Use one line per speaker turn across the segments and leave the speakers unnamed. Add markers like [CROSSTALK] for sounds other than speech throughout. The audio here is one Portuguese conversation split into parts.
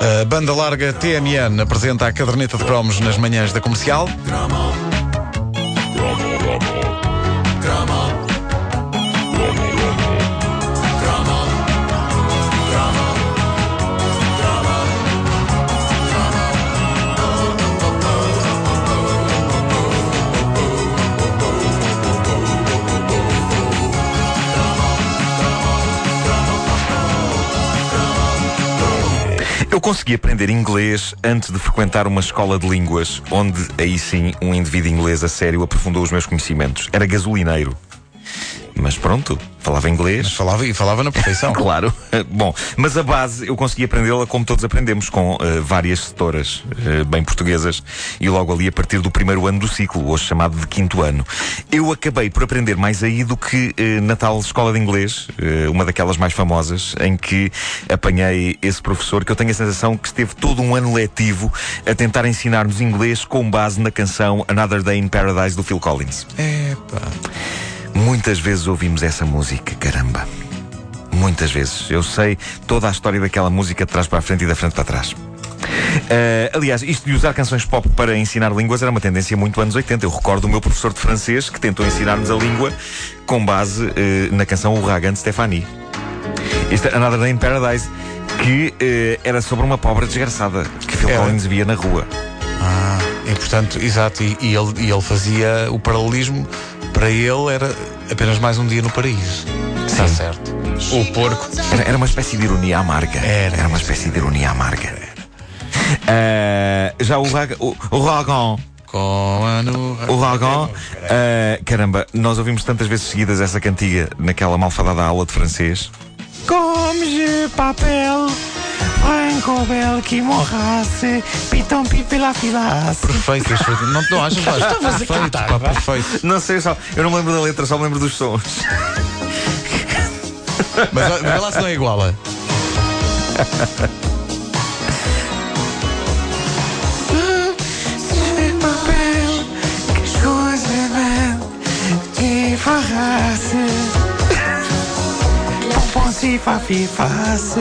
A banda larga TMN apresenta a caderneta de cromos nas manhãs da comercial.
Eu consegui aprender inglês antes de frequentar uma escola de línguas, onde aí sim um indivíduo inglês a sério aprofundou os meus conhecimentos. Era gasolineiro. Mas pronto, falava inglês.
Mas falava e falava na perfeição.
Então,
[LAUGHS]
Claro. [LAUGHS] Bom, mas a base eu consegui aprendê-la como todos aprendemos, com eh, várias setoras eh, bem portuguesas e logo ali a partir do primeiro ano do ciclo, hoje chamado de quinto ano. Eu acabei por aprender mais aí do que eh, na tal escola de inglês, eh, uma daquelas mais famosas, em que apanhei esse professor que eu tenho a sensação que esteve todo um ano letivo a tentar ensinar-nos inglês com base na canção Another Day in Paradise do Phil Collins.
Epá.
Muitas vezes ouvimos essa música, caramba. Muitas vezes. Eu sei toda a história daquela música de trás para a frente e da frente para trás. Ah, aliás, isto de usar canções pop para ensinar línguas era uma tendência muito anos 80. Eu recordo o meu professor de francês que tentou ensinar-nos a língua com base eh, na canção O Ragan de Stefani. Esta Another Day in Paradise, que eh, era sobre uma pobre desgraçada que Phil
Era.
Collins via na rua.
Ah, e portanto, exato, e, e ele, e ele fazia o paralelismo, para ele era apenas mais um dia no paraíso. Está certo. O porco.
Era, era uma espécie de ironia amarga.
Era.
uma espécie de ironia amarga. Ah, já o Ragan. O, o Ragan.
Com a nu-
O Ragan. ah, caramba, nós ouvimos tantas vezes seguidas essa cantiga naquela malfadada aula de francês.
Comme je papel, Franco Bel qui morrasse, piton pipe la filasse.
Perfeito, este foi- não, não achas Vasco?
Estavas a
perfeito,
cantar,
pá,
vá.
perfeito.
Não sei, eu só, eu não me lembro da letra, só me lembro dos sons.
Mas ó, vê lá se não é igual. é?
Je papel, chose belle, qui farrasse. Pompon si fa fi face.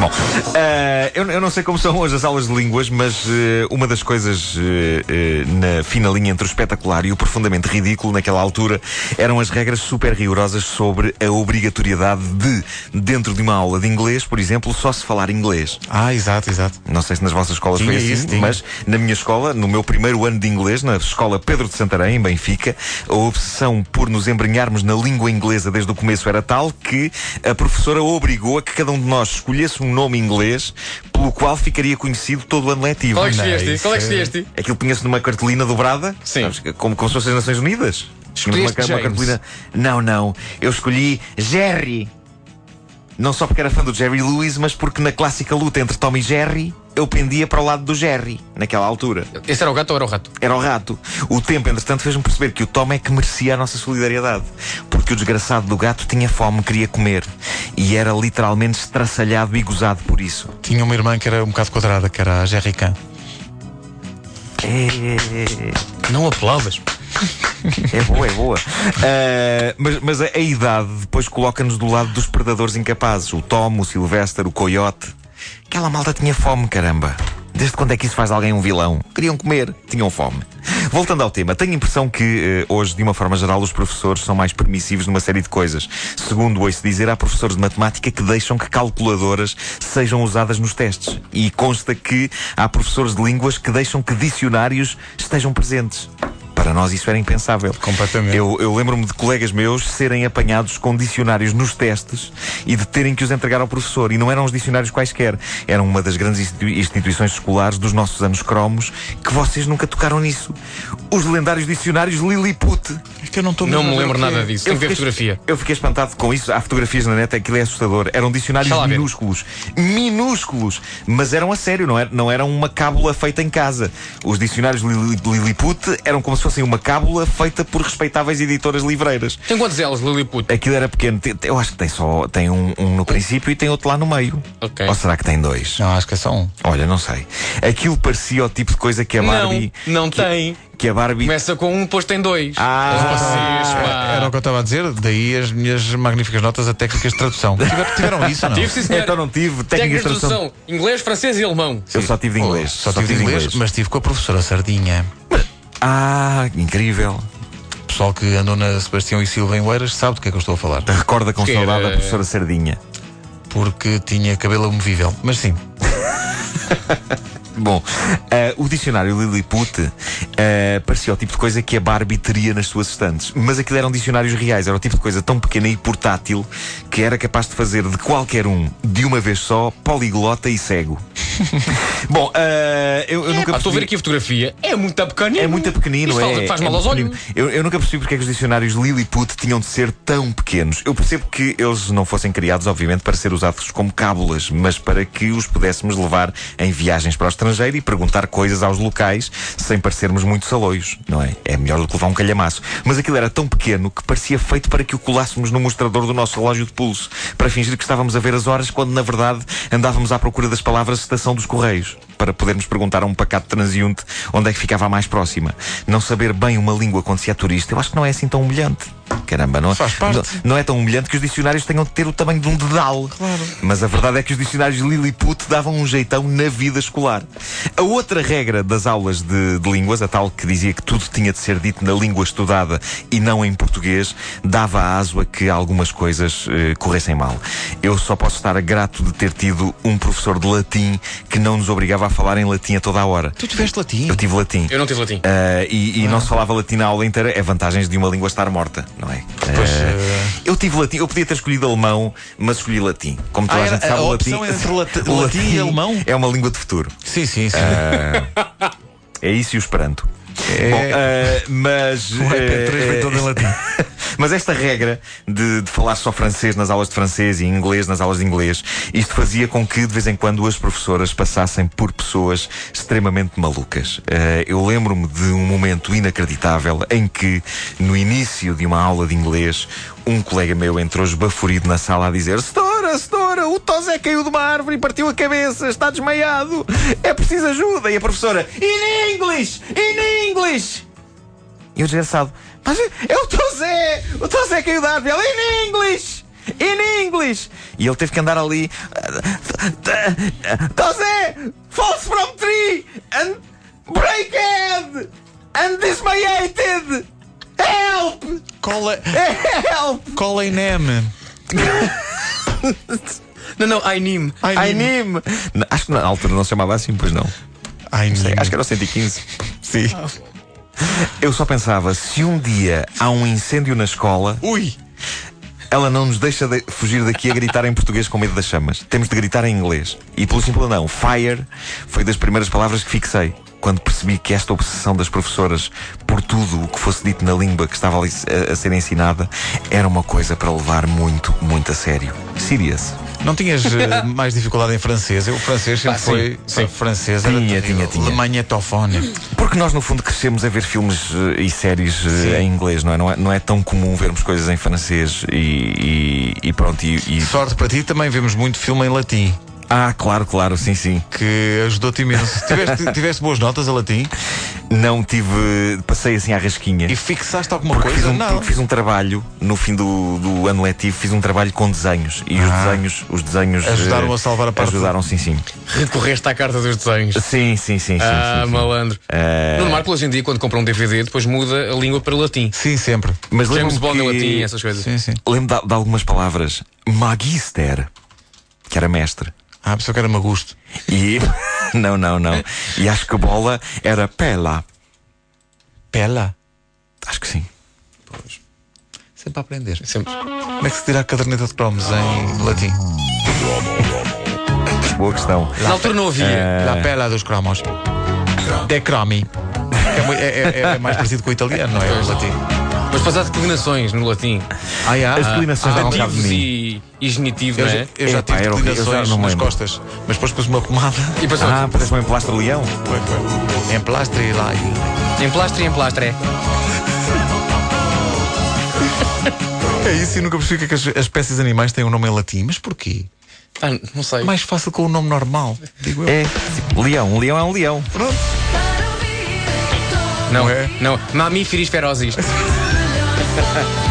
Bom, eh, eu, eu não sei como são hoje as aulas de línguas, mas eh, uma das coisas eh, eh, na finalinha entre o espetacular e o profundamente ridículo naquela altura eram as regras super rigorosas sobre a obrigatoriedade de, dentro de uma aula de inglês, por exemplo, só se falar inglês.
Ah, exato, exato.
Não sei se nas vossas escolas
Tinha
foi assim,
isso, tinha.
mas na minha escola, no meu primeiro ano de inglês, na escola Pedro de Santarém, em Benfica, a obsessão por nos embrenharmos na língua inglesa desde o começo era tal que a professora obrigou a que cada um de nós escolhesse um nome inglês pelo qual ficaria conhecido todo o ano letivo.
Qual é que
Não,
escolheste?
isso
Qual é que
é-
escolheste?
Aquilo punha-se numa cartolina dobrada,
Sim.
sabes, é como, como se fossem as Nações Unidas. Tínhamos
Escolheste James.
Não, não. Eu escolhi Jerry. Não só porque era fã do Jerry Lewis, mas porque na clássica luta entre Tom e Jerry, eu pendia para o lado do Jerry, naquela altura.
Esse era o gato ou era o rato?
Era o rato. O tempo, entretanto, fez-me perceber que o Tom é que merecia a nossa solidariedade. Porque o desgraçado do gato tinha fome, queria comer. E era literalmente estraçalhado e gozado por isso.
Tinha uma irmã que era um bocado quadrada, que era a Jerry Can.
É...
Não aplaudas.
É boa, é boa. Ah, mas mas a, a idade depois coloca-nos do lado dos predadores incapazes. O Tom, o Sylvester, o Coyote. Aquela malta tinha fome, caramba. Desde quando é que isso faz de alguém um vilão? Queriam comer, tinham fome. Voltando ao tema, tenho a impressão que eh, hoje, de uma forma geral, os professores são mais permissivos numa série de coisas. Segundo ouço dizer, há professores de matemática que deixam que calculadoras sejam usadas nos testes. E consta que há professores de línguas que deixam que dicionários estejam presentes. Para nós isso era impensável.
Completamente.
Eu, eu lembro-me de colegas meus serem apanhados com dicionários nos testes e de terem que os entregar ao professor. E não eram os dicionários quaisquer. Eram uma das grandes institu- instituições escolares dos nossos anos cromos que vocês nunca tocaram nisso. Os lendários dicionários Lilliput.
É que eu não estou
Não me lembro nada disso. Tenho que ver
fiquei-
fotografia.
Eu fiquei espantado com isso. Há fotografias na neta, aquilo é assustador. Eram dicionários
Deixa lá ver.
minúsculos. Minúsculos! Mas é? eram a sério, não era, não era uma cábula feita em casa. Os dicionários Lili- Lilliput eram como se fossem assim uma cábula feita por respeitáveis editoras livreiras.
Tem quantos elas, Lilliput?
Aquilo era pequeno, Te- eu acho que tem só tem um, um no princípio e tem outro lá no meio.
Ok.
Ou será que tem dois?
Não, acho que é só um.
Olha, não sei. Aquilo parecia o tipo de coisa que a Barbie.
Não, não
que-
tem.
Que a Barbie.
Começa com um, depois tem dois.
Ah.
Mas vocês, pá.
Era o que eu estava a dizer, daí as minhas magníficas notas a técnicas de tradução. Tiver- Tiveram isso ou não?
Tive, sim, senhor.
Então não tive técnica de tradução.
Inglês, francês e alemão.
Eu só tive de inglês.
Só, tive de inglês, mas tive com a professora Sardinha.
Ah, incrível.
O pessoal que andou na Sebastião e Silva em Oeiras sabe do que é que eu estou a falar.
Recorda com
Que
saudade
era-
a professora Sardinha.
Porque tinha cabelo movível. Mas sim,
Bom, eh, o dicionário Lilliput eh, parecia o tipo de coisa que a Barbie teria nas suas estantes. Mas aquilo eram dicionários reais, era o tipo de coisa tão pequena e portátil que era capaz de fazer de qualquer um, de uma vez só, poliglota e cego. [LAUGHS] Bom, eh, eu, eu nunca
É, Pá, Ah, Estou a ver
percebi-
aqui a fotografia. É muito pequenino.
É muito pequenino,
Isto
é.
faz- faz
é
mal
muito
aos olhos.
pequenino. Eu, eu nunca percebi porque é que os dicionários Lilliput tinham de ser tão pequenos. Eu percebo que eles não fossem criados, obviamente, para ser usados como cábulas, mas para que os pudéssemos levar em viagens para o estrangeiro e perguntar coisas aos locais sem parecermos muito saloios, não é? É melhor do que levar um calhamaço. Mas aquilo era tão pequeno que parecia feito para que o colássemos no mostrador do nosso relógio de pulso, para fingir que estávamos a ver as horas, quando na verdade andávamos à procura das palavras estação dos Correios para podermos perguntar a um pacato transiunte onde é que ficava a mais próxima. Não saber bem uma língua quando se é turista, eu acho que não é assim tão humilhante. Caramba, não,
Faz parte.
não, não é tão humilhante que os dicionários tenham de ter o tamanho de um dedal. Claro. Mas a verdade é que os dicionários Lilliput davam um jeitão na vida escolar. A outra regra das aulas de, de línguas, a tal que dizia que tudo tinha de ser dito na língua estudada e não em português, dava aso a que algumas coisas eh, corressem mal. Eu só posso estar grato de ter tido um professor de latim que não nos obrigava a falar em latim a toda a hora.
tu tiveste latim.
Eu tive latim.
Eu não tive latim.
Ah, e e não se falava latim na aula inteira, é vantagens de uma língua estar morta, não é?
Pois,
Ah,
eh,
eu tive latim, eu podia ter escolhido alemão, mas escolhi latim. Como toda
Ah,
a
era-
gente
a
sabe, [LAUGHS] o latim,
opção entre lat- latim e alemão?
é uma língua de futuro.
Sim, sim, sim.
eh, É isso e o esperanto.
É-
Bom, ah,
[LAUGHS] [LAUGHS]
mas.
O
eh,
iPad 3 vem todo em latim.
Mas esta regra de, de falar só francês nas aulas de francês e inglês nas aulas de inglês, isto fazia com que de vez em quando as professoras passassem por pessoas extremamente malucas. Eh, eu lembro-me de um momento inacreditável em que, no início de uma aula de inglês, um colega meu entrou esbaforido na sala a dizer: Senhora, senhora, o Tozé caiu de uma árvore e partiu a cabeça, está desmaiado, é preciso ajuda. E a professora: In English! In English! E o desgraçado, mas é o Tozé! é O Tozé caiu da árvore! Ele, in English! In English! E ele teve que andar ali. Tozé! Falls from tree! And break head! And dismayated! Help!
Cola,
Help!
cola em name.
Não, não, Ainim.
I Nim! Acho que na altura não se chamava assim, pois não.
Ai,
Sim, acho que era o 115. Sim. Eu só pensava, se um dia há um incêndio na escola,
Ui!
Ela não nos deixa de- fugir daqui a gritar em português com medo das chamas. Temos de gritar em inglês. E pelo simples não, fire foi das primeiras palavras que fixei. Quando percebi que esta obsessão das professoras por tudo o que fosse dito na língua que estava ali eh, a, a ser ensinada era uma coisa para levar muito, muito a sério. Serious.
Não tinhas
[LAUGHS]
eh, mais dificuldade em francês? Eu, o francês sempre
Ah, sim,
foi.
sim.
Francês
Tinha,
era terrível.
tinha, tinha.
Alemanha é tofone.
Porque nós, no fundo, crescemos a ver filmes eh, e séries eh, em inglês, não é? não é? Não é tão comum vermos coisas em francês e, e- e pronto. E, e-
Sorte para ti, também vemos muito filme em latim,
Ah, claro, claro, sim, sim.
que ajudou-te
[LAUGHS]
imenso. Tiveste, tiveste boas notas a latim
Não tive. Passei assim à rasquinha.
e fixaste alguma
Porque fiz,
coisa?
um,
não.
porque fiz um trabalho no fim do, do ano letivo, fiz um trabalho com desenhos e os desenhos, os desenhos
Ah. Ajudaram
eh,
a salvar a parte-
Ajudaram, sim, sim.
Recorreste à carta dos desenhos.
Sim, sim, sim, sim.
Ah,
sim, sim.
malandro.
Eh,
Nuno Marco, hoje em dia, quando compra um DVD, depois muda a língua para latim.
Sim, sempre.
Mas
James
lembro-me
Bond é latim,
que...
essas coisas.
Sim, sim.
lembro de, de algumas palavras. Magister, que era mestre.
Ah, a pessoa que era magusto.
E. [LAUGHS] não, não, não. E acho que a bola era pela.
Pela.
Acho que sim.
Sempre a aprender.
Sempre.
Como é que se tira a caderneta de cromos em latim?
Boa questão.
Na altura não havia.
É.
La pela dos cromos. De cromi. É, mui- é- é- é mais parecido com o italiano, não é? O latim.
Mas faz as declinações no latim.
Ah, yeah.
é? As declinações
ah,
dão cabo de
Ativos
mim.
e, e genitivo,
Eu
não
já,
é?
eu já
Epá,
tive
era horrível, eu
declinações
já não
nas
lembro.
costas, mas depois pus uma pomada.
E passou
assim.
Ah, parece-me um emplastro leão.
Foi, foi. Em plastra e lá.
em plastra e em plastra, é.
É isso, e nunca percebi que, é que as, as espécies animais têm um nome em latim. Mas porquê? É
Ah, não sei.
Mais fácil com o nome normal, digo eu.
É, tipo, leão. Um leão é um leão.
Pronto.
não,
é?
não. Mamíferos ferozes.
É,